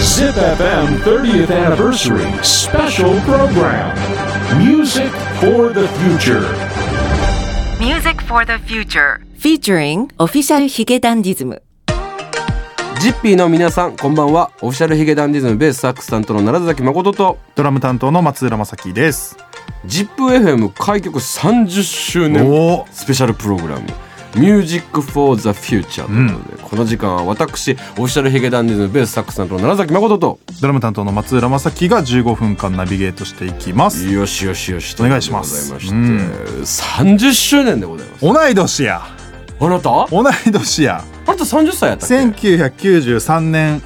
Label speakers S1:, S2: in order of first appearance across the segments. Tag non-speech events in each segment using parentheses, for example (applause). S1: Zip FM 30th Anniversary Special Program Music for the Future.
S2: Music for the Future featuring オフィシャルヒゲダンディズム
S3: ジッピーの皆さんこんばんはオフィシャルヒゲダンディズムベースサックス担当の奈良崎誠と
S4: ドラム担当の松浦正樹です
S3: ジップ FM 開局30周年
S4: おお
S3: スペシャルプログラムミュージックフォーザフューチャーということで、この時間は私オフィシャルヒゲダンディズムベースサックス担当の奈良崎誠と
S4: ドラム担当の松浦正樹が15分間ナビゲートしていきます
S3: よしよしよし
S4: お願いします
S3: ということでございまして、30周年でございます
S4: 同い年や
S3: あなたあ
S4: 同い年や
S3: なた30歳やったっけ
S4: 1993
S3: う
S4: 年
S3: ん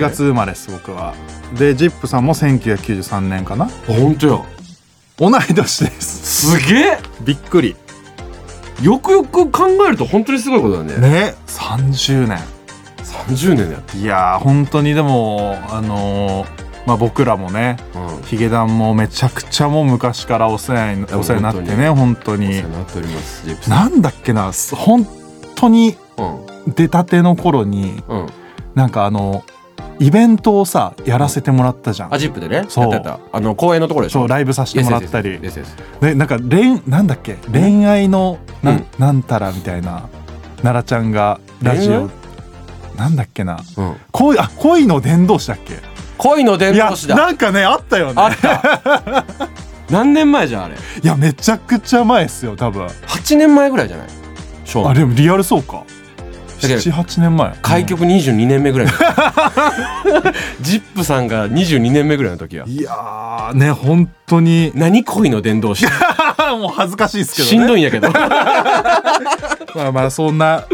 S3: 生まれ
S4: 月生まれです僕はでジップさんも1993年かな
S3: あ本当や
S4: 同い年です
S3: すげえ
S4: びっくり
S3: よくよく考えると本当にすごいことだね
S4: ね30年
S3: 30年やっ
S4: いやー本当にでもあのーまあ僕らもね
S3: たうん
S4: ヒゲダンもめちゃくちゃもう昔からお世話に
S3: や
S4: お世話になってね本当
S3: お世
S4: に
S3: 話になっておりますジップさん
S4: なんだっけなす本当に
S3: うん
S4: 出たての頃に
S3: うん
S4: なんかあのイベントをさやらせてもらったじゃん
S3: あジップでね
S4: そう
S3: やってたあの公園のところでしょ
S4: そうライブさせてもらったり
S3: Yes, yes, yes, yes, yes, yes.
S4: ねなんか恋なんだっけ恋愛のな,、
S3: うん
S4: ん、なんたらみたいな奈良ちゃんがラジオなんだっけな
S3: うん
S4: 恋あ恋の伝道師だっけ
S3: 恋の伝
S4: いや
S3: 統師だ
S4: なんかねあったよ
S3: あ
S4: ね
S3: った何年前じゃんあれ
S4: いやめちゃくちゃ前っすよ多分
S3: 8年前ぐらいじゃないショー
S4: あ
S3: ン
S4: でもリアルそうか
S3: だけど
S4: 78年前
S3: 開局22年目ぐらいの
S4: (laughs)
S3: 時ジップさんが22年目ぐらいの時は
S4: うんいやーね本当に (laughs)
S3: 何恋の伝道師
S4: もう恥ずかしいですけどね
S3: しんどいんやけど
S4: まあまあそんな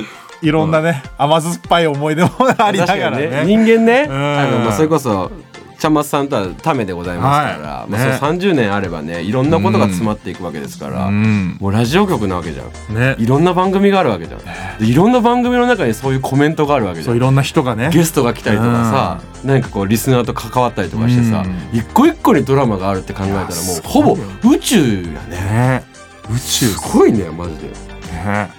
S4: いろんなね、甘酸っぱい思い出も (laughs) ありながら
S3: 確か
S4: ね
S3: に人間ね
S4: うん
S3: あの、まあ、それこそちゃんまつさんとはためでございますから、
S4: はい
S3: まあ、
S4: ね
S3: その30年あればねいろんなことが詰まっていくわけですから、
S4: うん
S3: もうラジオ局なわけじゃん
S4: ね
S3: いろんな番組があるわけじゃんでいろんな番組の中にそういうコメントがあるわけじ
S4: そ
S3: ゃ
S4: うんいろんな人がね
S3: ゲストが来たりとかさ何かこうリスナーと関わったりとかしてさ
S4: う
S3: 一個一個にドラマがあるって考えたらも
S4: いや
S3: う
S4: す
S3: ほぼ
S4: ごいよ
S3: 宇宙やね
S4: ね宇宙
S3: すごいねマジで
S4: ね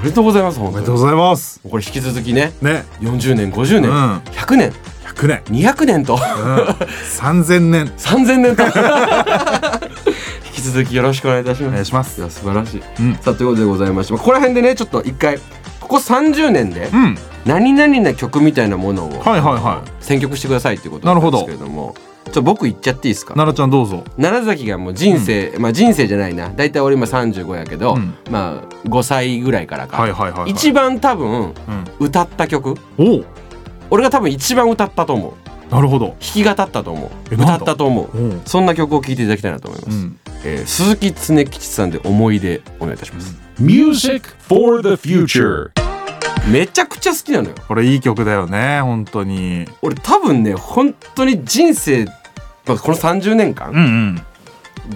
S3: おめでとうございます
S4: お
S3: 本
S4: めで
S3: 当
S4: とう
S3: に
S4: ございます
S3: これ引き続きね
S4: ね
S3: 40年50
S4: うん
S3: 年100年
S4: 100年、
S3: 200年と (laughs)
S4: うん、3000年
S3: 3000年と (laughs) 引き続きよろしくお願いいたし
S4: お
S3: ま
S4: 願い
S3: す
S4: しま
S3: い
S4: す
S3: や素晴らしい、
S4: うん
S3: さあということでございましてまあここら辺でねちょっと一回ここ30年で
S4: うん
S3: 何々な曲みたいなものを、
S4: はいはいはい
S3: 選曲してくださいっていうことなんですけれどもちょっと僕言っちゃっていいですか
S4: 奈良ちゃんどうぞ
S3: 奈良崎がもう人生、まあ人生じゃないな大体俺今35やけど、
S4: うん
S3: まあ5歳ぐらいからか、
S4: はいはいはい、はい、
S3: 一番多分
S4: うん、
S3: 歌った曲
S4: おう
S3: 俺が多分一番歌ったと思う
S4: なるほど
S3: 弾き語ったと思う
S4: え
S3: 歌
S4: なんだ
S3: ったと思う
S4: おう
S3: そんな曲を聴いていただきたいなと思います、
S4: うん
S3: えー鈴木常吉さんで思い出お願いいたします、
S1: Music for the Future.
S3: めちゃくちゃ好きなのよ
S4: これいい曲だよね本当に
S3: 俺多分ね本当に人生、まあ、この30年間
S4: うん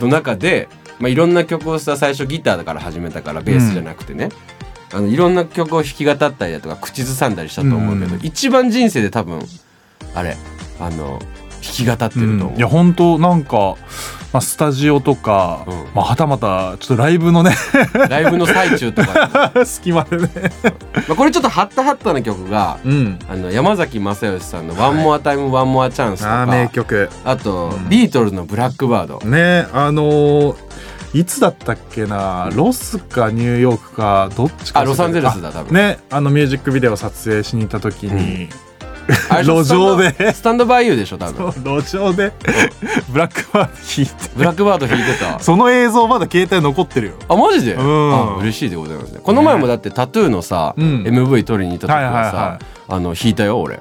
S3: の中で、まあ、いろんな曲をさ最初ギターだから始めたからベースじゃなくてね、あのいろんな曲を弾き語ったりだとか口ずさんだりしたと思うけど、
S4: うん
S3: 一番人生で多分あれあの弾き語ってると
S4: う
S3: 思
S4: ん、
S3: う、
S4: いや本当なんか、まあ、スタジオとか、
S3: うん
S4: まあ、はたまたちょっとライブのね (laughs)
S3: ライブの最中とかま
S4: 隙間でね、
S3: あこれちょっとハッタハッタな曲が
S4: うん、
S3: あの山崎正義さんの「ワンモアタイムワンモアチャンスとか、
S4: 曲
S3: あと、
S4: うん
S3: ビートルズの「ブラックバード」
S4: ねあのーいつだったっけなロスかニューヨークかどっちか
S3: あロサンゼルス
S4: だ
S3: だ多分、
S4: ねあのミュージックビデオ撮影しに行った時に、
S3: あれ
S4: 路上で
S3: スタンドスタンドバイユーでしょ多分
S4: (laughs) 路上でブラックバード弾いて
S3: ブラックバード弾いて
S4: (laughs)
S3: た
S4: その映像まだ携帯残ってるよ
S3: あマジで、
S4: うん
S3: あ嬉しいでございますねこの前もだってタトゥーのさ、
S4: うん
S3: MV 撮りに行った時はさ、
S4: はいはいはい
S3: あの弾いたよ
S4: (laughs)
S3: 俺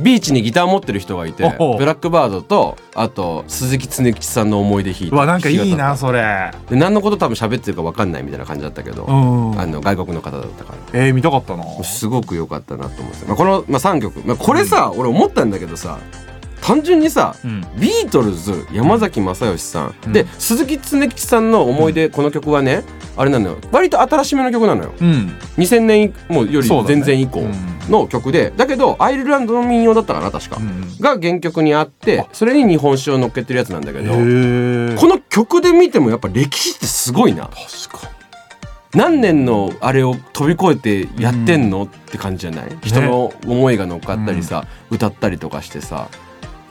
S3: ビーチにギター持ってる人がいて
S4: おお
S3: ブラックバードとあと鈴木常吉さんの思い出弾いて
S4: うわなんかいい
S3: 弾
S4: なそれ
S3: き語ったで何のこと多分喋ってるか分かんないみたいな感じだったけど、
S4: うん
S3: あの外国の方だったから
S4: えー、見たかったな
S3: すごく良かったなと思って、まあ、この、まあ、3曲、まあ、これさ、俺思ったんだけどさ単純にさ、
S4: うん
S3: ビートルズ山崎正義さん、
S4: うん
S3: で鈴木常吉さんの思い出、この曲はねあれなのよ割と新しめの曲なのよ
S4: うん
S3: 2000年以もうより
S4: そうだね
S3: 全然以降の曲でだ,、けどアイルランドの民謡だったかな確か、
S4: うん
S3: が原曲にあってそれに日本酒を乗っけてるやつなんだけど、
S4: へえ
S3: この曲で見てもやっぱ歴史ってすごいな
S4: 確か
S3: 何年のあれを飛び越えてやってんの、って感じじゃない人の思いが乗っかったりさ、歌ったりとかしてさ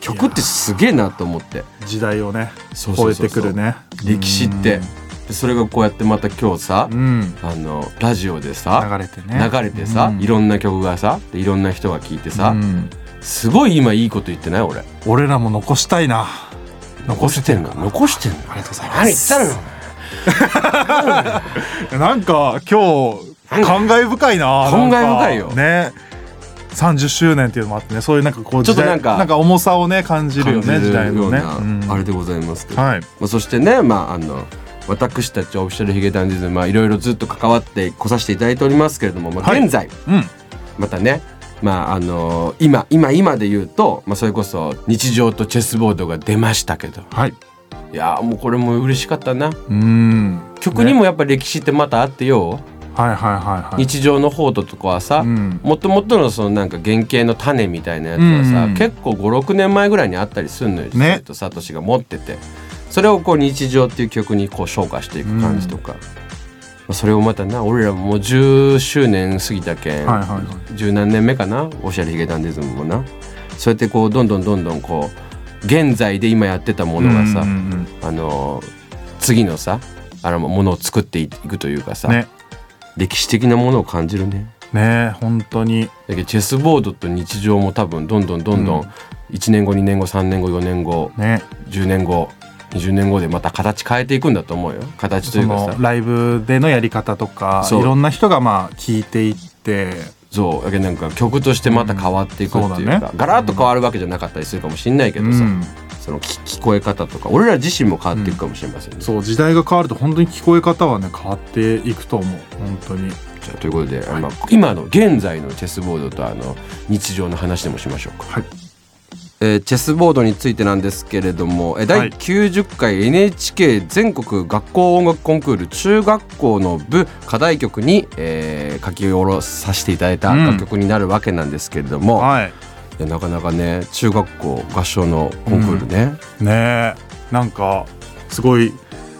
S3: 曲ってすげえなと思って
S4: 時代をね
S3: そうそ
S4: 超
S3: う
S4: え
S3: そう
S4: て
S3: そ
S4: く
S3: う
S4: るね
S3: 歴史ってでそれがこうやってまた今日さ、
S4: うん流
S3: あのラジオでさ
S4: れてね
S3: 流れてさ、
S4: うん
S3: いろんな曲がさでいろんな人が聴いてさ、
S4: うん
S3: すごい今いいこと言ってない俺
S4: 俺らも残したいな
S3: 残してんの残してんの
S4: ありがとうござい
S3: 何
S4: ま
S3: 言っ
S4: す
S3: たの
S4: なんか今日感慨深いな
S3: 感
S4: な
S3: 慨
S4: んか
S3: 深いよ
S4: ね30周年っていうのもあってねそういうなんかこう
S3: ちょっと
S4: 時代
S3: なんか
S4: 重さをね感じるよね時代のね、うん
S3: あれでございますけど、
S4: はい
S3: まあ、そしてね、まあ、あの私たちオフィシャルヒゲダンディズムまあいろいろずっと関わってこさせていただいておりますけれども、まあ、
S4: はい
S3: 現在、
S4: うん
S3: またね、まああの今今今で言うと、まあ、それこそ日常とチェスボードが出ましたけど
S4: はい
S3: いやーもうこれも嬉しかったな
S4: うん
S3: 曲にもやっぱ歴史ってまたあってよ、
S4: はいはいはいはい
S3: 日常の方ととかはさ、
S4: うん
S3: もともとのそのなんか原型の種みたいなやつはさ、
S4: うん
S3: 結構56年前ぐらいにあったりするのよ、
S4: ね
S3: ずっとサトシが持っててそれをこう「日常」っていう曲にこう昇華していく感じとか、まあそれをまたな俺らももう10周年過ぎたけん、
S4: はいはいはい
S3: 十何年目かなオシャレヒゲダンディズムもなそうやってこうどんどんどんどんこう現在で今やってたものがさ、
S4: うんうん
S3: あの次のさあのものを作っていくというか
S4: う
S3: さ、
S4: んね
S3: 歴史的なものを感じるね。
S4: ね本当に
S3: だけどチェスボードと日常も多分どんどんどんど
S4: うん
S3: 1年後2年後3年後4年後
S4: ね
S3: 10年後20年後でまた形変えていくんだと思うよ形と
S4: そ
S3: いうかさ
S4: のライブでのやり方とかい
S3: そう
S4: ろんな人がまあ聞いていって
S3: そうだけどなんか曲としてまた変わっていくっていう
S4: うんそう
S3: か、
S4: だね
S3: ガラッと変わるわけじゃなかったりするかもしんないけどさ、
S4: うん
S3: その聞聞こえ方とか俺ら自身も変わっていくかもしれませんね、
S4: そう時代が変わると本当に聞こえ方はね変わっていくと思う本当に
S3: じゃあということで、まあ、今の現在のチェスボードとあの日常の話でもしましょうか。
S4: はい
S3: えーチェスボードについてなんですけれども、えー
S4: は
S3: 第
S4: い
S3: 90回 NHK 全国学校音楽コンクール中学校の部課題曲に、えー書き下ろさせていただいた
S4: うん
S3: 楽曲になるわけなんですけれども、
S4: はい
S3: いやなかなかね中学校合唱のコンクールね、
S4: ねえなんかすごい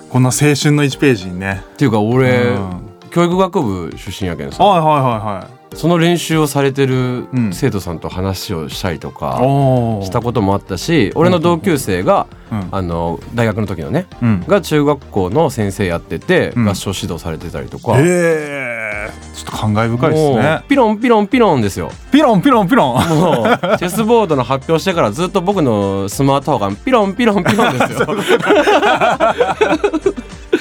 S4: こんな青春の1ページにね
S3: っていうか俺、
S4: うん
S3: 教育学部出身やけん
S4: はい
S3: さ
S4: はいはいはい
S3: その練習をされてる
S4: うん
S3: 生徒さんと話をしたりとか。
S4: おお
S3: したこともあったし俺の同級生が、
S4: うん
S3: あの大学の時のね
S4: うん
S3: が中学校の先生やってて、
S4: うん
S3: 合唱指導されてたりとか、
S4: ええちょっと感慨深いです
S3: も
S4: ね
S3: うピロンピロンピロンですよ
S4: ピロンピロンピロン
S3: もうチェスボードの発表してからずっと僕のスマートフォンがピロンピロンピロンですよ。
S4: (laughs) (laughs)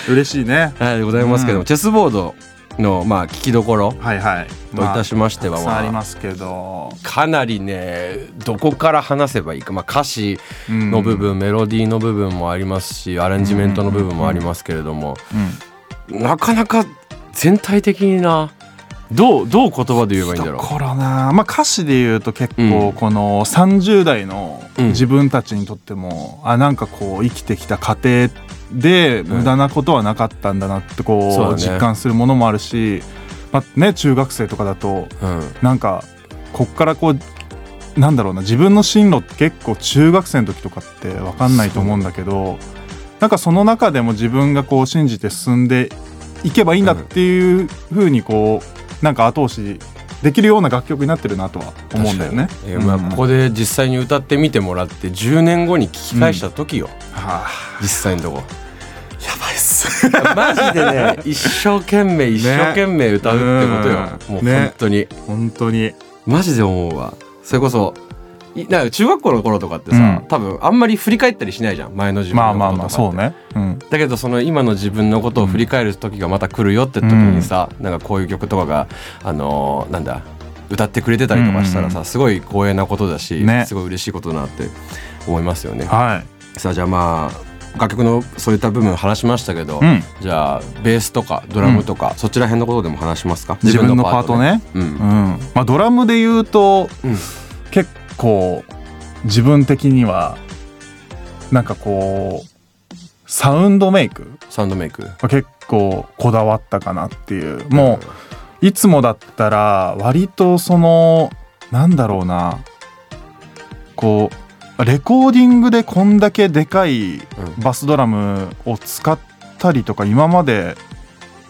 S4: 嬉しいね
S3: はい、ございますけども、
S4: うん
S3: チェスボードのまあ聞きどころ
S4: はいはい
S3: といたしましては、
S4: たくさんあり
S3: まあ
S4: ますけど
S3: かなりねどこから話せばいいか、まあ、歌詞の
S4: の
S3: 部分、メロディーの部分もありますしアレンジメントの部分もありますけれども、なかなか全体的になどうどう言葉で言えばいいんだ
S4: だ
S3: ろ
S4: からな、まあ、歌詞で言うと結
S3: うん
S4: 構この30代の
S3: うん
S4: 自分たちにとっても、あなんかこう生きてきた過程で無駄なことはなかったんだなってこ
S3: そう
S4: う、
S3: だね
S4: 実感するものもあるし、まあね、中学生とかだと
S3: う、うん、
S4: なんかこっからこうなんだろうな自分の進路って結構中学生の時とかって分かんないと思うんだけどなんかその中でも自分がこう信じて進んでいけばいいんだっていうふうにこうなんか後押しできるような楽曲になってるなとは思うんだよね。
S3: えーまあ
S4: うん
S3: ここで実際に歌ってみてもらって10年後に聞き返した時よ、
S4: はあ
S3: 実際のとこ
S4: やばいっす
S3: (laughs) マジでね一生懸命一生懸命歌うってことよ、
S4: うん
S3: もう
S4: ね
S3: 本当に、
S4: 本当に
S3: マジで思うわそれこそいなんか中学校の頃とかってさ、
S4: うん
S3: 多分あんまり振り返ったりしないじゃん前の自分
S4: ま
S3: の
S4: あ
S3: こととかって、
S4: まあまあそうね、うん、
S3: だけどその今の自分のことを振り返る時がまた来るよって時にさ、なんかこういう曲とかがあのーなんだ歌ってくれてたりとかしたら
S4: うんうん
S3: さすごい光栄なことだし、
S4: ね
S3: すごい嬉しいことだなって思いますよね。
S4: は
S3: さあじゃあまあ楽曲のそういった部分話しましたけど、
S4: い、うん、
S3: じゃあベースとかドラムとか、そちら辺のことでも話しますか
S4: 自分のパート。ね
S3: 自分の
S4: うん
S3: パートね
S4: まあ、ドラムで言うと、
S3: うん
S4: 結構自分的にはなんかこうサウンドメイク
S3: うん、サウンドメイク。
S4: は結構こだわったかなっていうもういつもだったら割とそのなんだろうなこうレコーディングでこんだけでかい
S3: うん
S4: バスドラムを使ったりとか今まで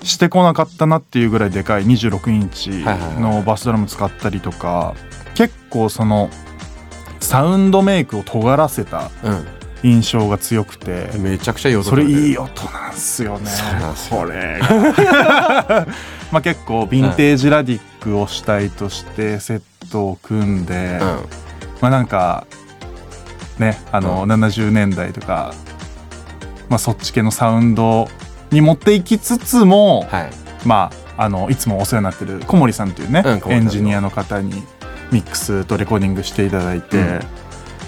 S4: してこなかったなっていうぐらいでかい26インチ
S3: はいはいはい
S4: のバスドラム使ったりとか結構そのサウンドメイクを尖らせた印象が強くて
S3: うん、めちゃくちゃよ
S4: それいい音なんすよね
S3: そうなんすよ
S4: これ (laughs) がまあ結構ヴィンテージラディックを主体としてセットを組んで、
S3: うん
S4: まあなんかねあの70年代とか、まあ、そっち系のサウンドに持っていきつつも、
S3: はい
S4: まあ、あのいつもお世話になってる小森さんというね、
S3: うん小森さん
S4: エンジニアの方にミックスとレコーディングしていただいて、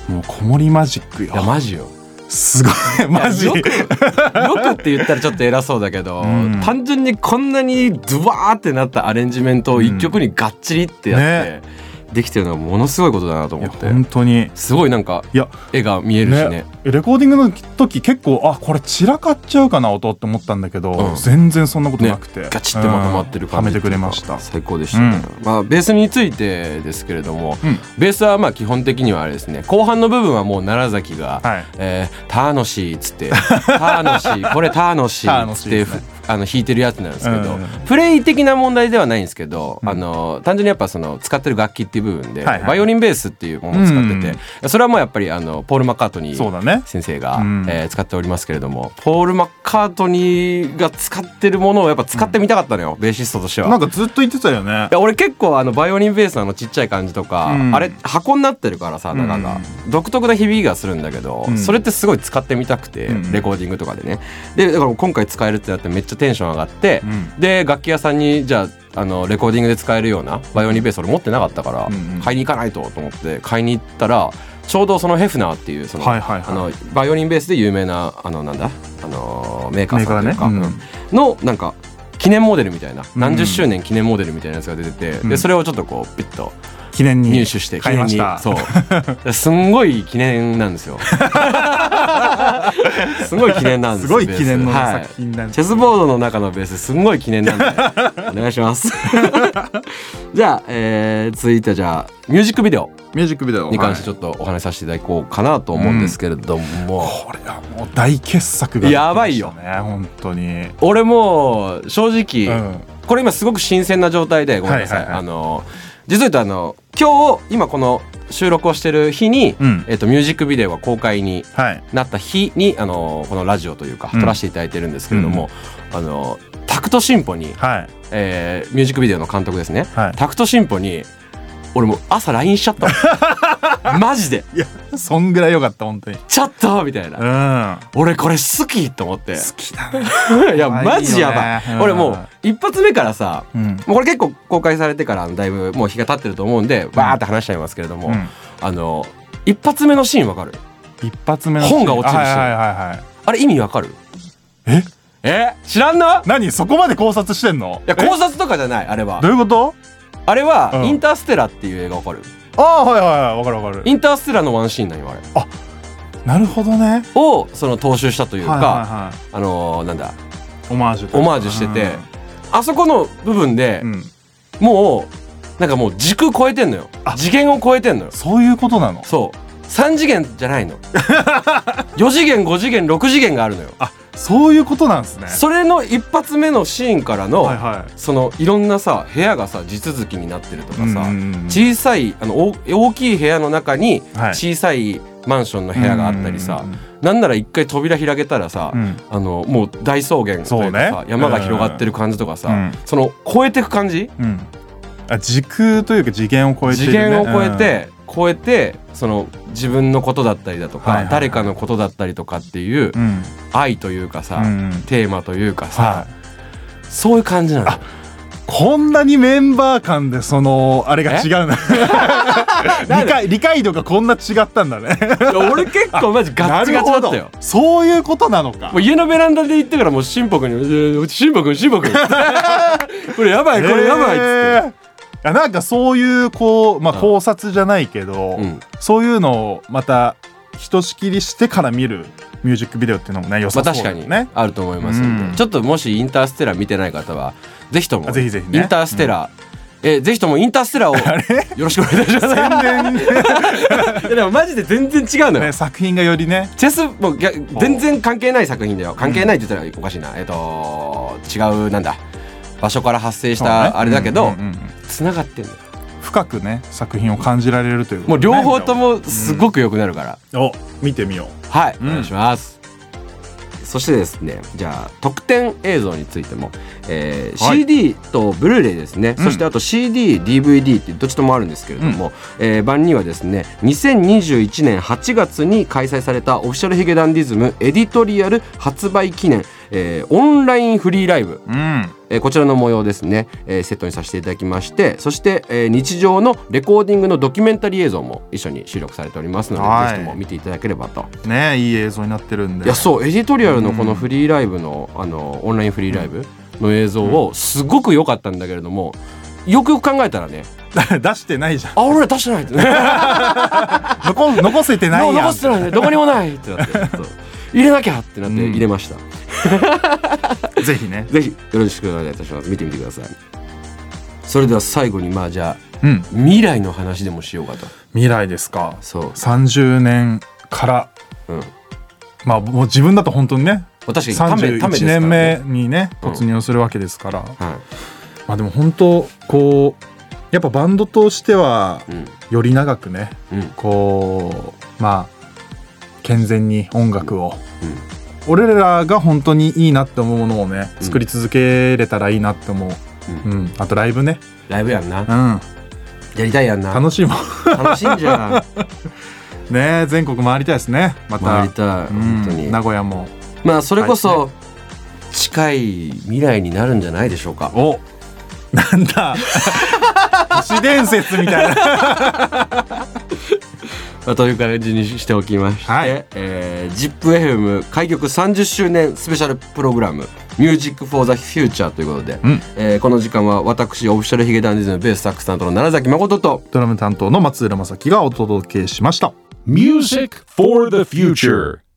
S4: もう小森マジックよ
S3: いやマジよ
S4: すごいマジ
S3: いやよくよくって言ったらちょっと偉そうだけど、
S4: うん
S3: 単純にこんなにドゥワーってなったアレンジメントを一曲にがっちりってやって、できてるのはものすごいことだなと
S4: い
S3: 思
S4: や
S3: って
S4: 本当に
S3: すごいなんか
S4: いや
S3: 絵が見えるしね
S4: レコーディングの時結構あこれ散らかっちゃうかな音って思ったんだけど、
S3: うん
S4: 全然そんなことなくて、
S3: ガチってまとまってる感じ
S4: うんはめてくれました
S3: 最高でしたね、まあベースについてですけれども、
S4: うん
S3: ベースはまあ基本的にはあれですね後半の部分はもう奈良崎が、
S4: はい
S3: えー、楽しいっつって楽し
S4: (laughs)
S3: いこれ楽しいっつって、
S4: 楽しいですね
S3: あの弾いてるやつなんですけど、
S4: うん
S3: プレイ的な問題ではないんですけど、
S4: うん
S3: あの単純にやっぱその使ってる楽器っていう部分で、
S4: はいはい
S3: バイオリンベースっていうものを使ってて、それはもうやっぱりあのポール・マッカートニ
S4: そう
S3: ー
S4: だね
S3: 先生が、
S4: うん
S3: えー使っておりますけれどもポール・マッカートニーが使ってるものをやっぱ使ってみたかったのよ、ベーシストとしては。
S4: なんかずっと言ってたよ
S3: い
S4: ね
S3: や俺結構あのバイオリンベースのあのちっちゃい感じとか、
S4: うん
S3: あれ箱になってるからさ中が、独特な響きがするんだけど、
S4: うん
S3: それってすごい使ってみたくて、
S4: うん
S3: レコーディングとかでねでだから今回使えるってなってめっちゃテンション上がって、
S4: うん
S3: で楽器屋さんにじゃああのレコーディングで使えるようなバイオリンベース俺持ってなかったから、
S4: うんうん
S3: 買いに行かないとと思って買いに行ったらちょうどそのヘフナーっていうその,、
S4: はいはいはい
S3: あのバイオリンベースで有名なあのなんだあのメーカーさんというか、
S4: メーカーね
S3: のなんか記念モデルみたいな
S4: うん
S3: 何十周年記念モデルみたいなやつが出てて、
S4: う
S3: で
S4: ん
S3: それをちょっとこうピッと
S4: 記念に
S3: 入手して
S4: 買いました
S3: 記念にそう
S4: (laughs)
S3: すんごい記念なんですよすごい記念なんですす
S4: ごい記念のね
S3: ベースはい
S4: 作品なん
S3: チェスボードの中のベースすんごい記念なん
S4: (laughs)
S3: でお願いします (laughs) じゃあ、えー続いてじゃあミュージックビデオ
S4: ミュージックビデオ
S3: に関してち
S4: ょっ
S3: ょっとお話しさせていただこうかなと思うんですけれども、
S4: とこれはもう大傑作が出て
S3: やばいよ
S4: ましたね本当に
S3: 俺もう正直、
S4: うん
S3: これ今すごく新鮮な状態でごめんなさい,、
S4: はいはいはい
S3: あの実は言うとあの今日今この収録をしてる日に、
S4: うん
S3: えっとミュージックビデオが公開に
S4: はい
S3: なった日にあのこのラジオというか
S4: うん
S3: 撮らせていただいてるんですけれども、あのタクトシンポに、
S4: はい
S3: えーミュージックビデオの監督ですね、
S4: はい
S3: タクトシンポに俺もう朝 LINE しちゃった
S4: (laughs)
S3: のマジで
S4: いやそんぐらい良かった本当に
S3: ちょっとみたいな、
S4: うん
S3: 俺これ好きと思って
S4: 好きだね
S3: (laughs) いやマジやばい
S4: いよね
S3: 俺もう一発目からさ
S4: うん
S3: もうこれ結構公開されてからだいぶもう日が経ってると思うんでわーって話しちゃいますけれども、
S4: うん
S3: あの一発目のシーンわかる
S4: 一発目の
S3: 本が落ちるし
S4: はいはいはいはい
S3: あれ意味わかる
S4: え
S3: え知らんの
S4: 何そこまで考察してんの
S3: いや考察とかじゃないあれは
S4: どういうこと
S3: あれは
S4: うん
S3: インターステラーっていう映画わかる
S4: ああはいはいはいわかるわかる
S3: インターステラーのワンシーンなんよあれ
S4: なるほどね
S3: をその踏襲したというか、
S4: はいはいは
S3: あのーなんだ
S4: いオマージュという
S3: オ
S4: か
S3: マージュしててあそこの部分で
S4: うんうん
S3: もうなんかもう時空超えてんのよ
S4: あ
S3: 次元を超えてんのよ
S4: そういうことなの
S3: そう3次元じゃ
S4: (laughs)
S3: ないの4次元5次元6次元があるのよ
S4: そういうことなんですね
S3: それの一発目のシーンからの、
S4: はいは
S3: そのいろんなさ部屋がさ地続きになってるとかさ、
S4: い
S3: 小さいあの大大きい部屋の中に
S4: はい
S3: 小さいマンションの部屋があったりさ、
S4: うん
S3: なんなら一回扉開けたらさ、
S4: うん
S3: あのもう大草原というかさ
S4: そうね
S3: 山が広がってる感じとかさ、
S4: うん
S3: その超えてく感じ、
S4: うんうんあ時空というか次元を超えて
S3: 次
S4: るね
S3: 元を超えて、超えてその自分のことだったりだとか、
S4: はいはいはい
S3: 誰かのことだったりとかっていう
S4: うんうん
S3: 愛というかさ、
S4: うん
S3: テーマというかさ
S4: は、い
S3: そういう感じなのよ。
S4: こんなにメンバー間でそのあれが違うな理解理解度がこんな違ったんだね
S3: いや俺結構マジガッチガチだった
S4: なる
S3: よ
S4: ほどそういうことなのか
S3: もう家のベランダで行ってからもうしんぽくんにえー「しんぽくんしんぽくん」これやばいこれやばい」っつっ
S4: っつって。いやなんかそういうこう、まあ、
S3: うん
S4: 考察じゃないけど、
S3: て、うん
S4: そういうのをまたひとしきりしてから見るミュージックビデオっていうのもね良
S3: ま
S4: さ
S3: あ、
S4: そう
S3: 確
S4: だ
S3: か
S4: よね、
S3: にあると思いますんで、
S4: うん
S3: ちょっともし「インターステラー」見てない方はぜひとも
S4: あぜひぜひね
S3: インターステラー」えーぜひともインターステラーをよろしくお願いいたします。
S4: 全然、
S3: (laughs) いやでもマジで全然違うのよ
S4: ね、。作品がよりね
S3: チェスもぎゃ全然関係ない作品だよ。関係ないって言ったらおかしいな。えっ、と違うなんだ場所から発生し
S4: そうね
S3: たあれだけ
S4: う
S3: ど
S4: んうんうん
S3: 繋がってんだよ。
S4: 深くね作品を感じられるという
S3: もう両方と
S4: も
S3: もすごく良くなるから。
S4: お見てみよう
S3: はい、
S4: うん
S3: お願いします。そしてですね、じゃあ特典映像についても、えー
S4: はい
S3: CD とブルーレイですね、
S4: うん
S3: そしてあと CD、DVD ってどっちともあるんですけれども、えー版にはですね、2021年8月に開催されたオフィシャルヒゲダンディズムエディトリアル発売記念、えーオンラインフリーライブ
S4: うん
S3: えーこちらの模様ですね、えーセットにさせていただきましてそして、えー日常のレコーディングのドキュメンタリー映像も一緒に収録されておりますので、
S4: はい
S3: ぜひとも見ていただければと
S4: ねいい映像になってるんで
S3: いやそうエディトリアルのこ
S4: うん
S3: のフリーライブの,、あのオンラインフリーライブの映像をすごく良かったんだけれどもよくよく考えたらね
S4: (laughs) 出してないじゃん
S3: あ俺ら出してないってね
S4: 残残せてないやん
S3: (laughs) 残してないねどこにもないって
S4: (laughs)
S3: なってそう入れなきゃってなって
S4: うん
S3: 入れました、
S4: ぜひね
S3: ぜひよろしくお願いいたします見てみてくださいそれでは最後にまあじゃあ
S4: うん
S3: 未来の話でもしようかと
S4: 未来ですか
S3: そう
S4: 30年から
S3: うん
S4: まあもう自分だと本当にね
S3: まあ確かにため
S4: 31年目にね
S3: うん
S4: 突入するわけですから、
S3: は、
S4: まあでも本当こうやっぱバンドとしてはい
S3: うん
S4: より長くね
S3: うん
S4: こうまあ健全に音楽を、
S3: うん
S4: 俺らが本当にいいなって思うものをね
S3: うん
S4: 作り続けれたらいいなって思う、う
S3: うん
S4: あとライブね、
S3: ライブやんな
S4: うん、
S3: やりたいやんな
S4: 楽しいもん (laughs)
S3: 楽しいんじゃん
S4: ね全国回りたいですね (laughs) また
S3: 回りたい本当
S4: う
S3: に
S4: ん名古屋も
S3: まあそれこそ近い未来になるんじゃないでしょうか
S4: おなんだ都市伝説みたいな
S3: まあという感じにしておきまして、
S4: はい
S3: えー、ZIPFM 開局30周年スペシャルプログラム「Music for the Future」ということで、
S4: うん
S3: えーこの時間は私オフィシャルヒゲダンディズムベースサックス担当の奈良崎誠と
S4: ドラム担当の松浦正樹がお届けしました
S1: Music for the future.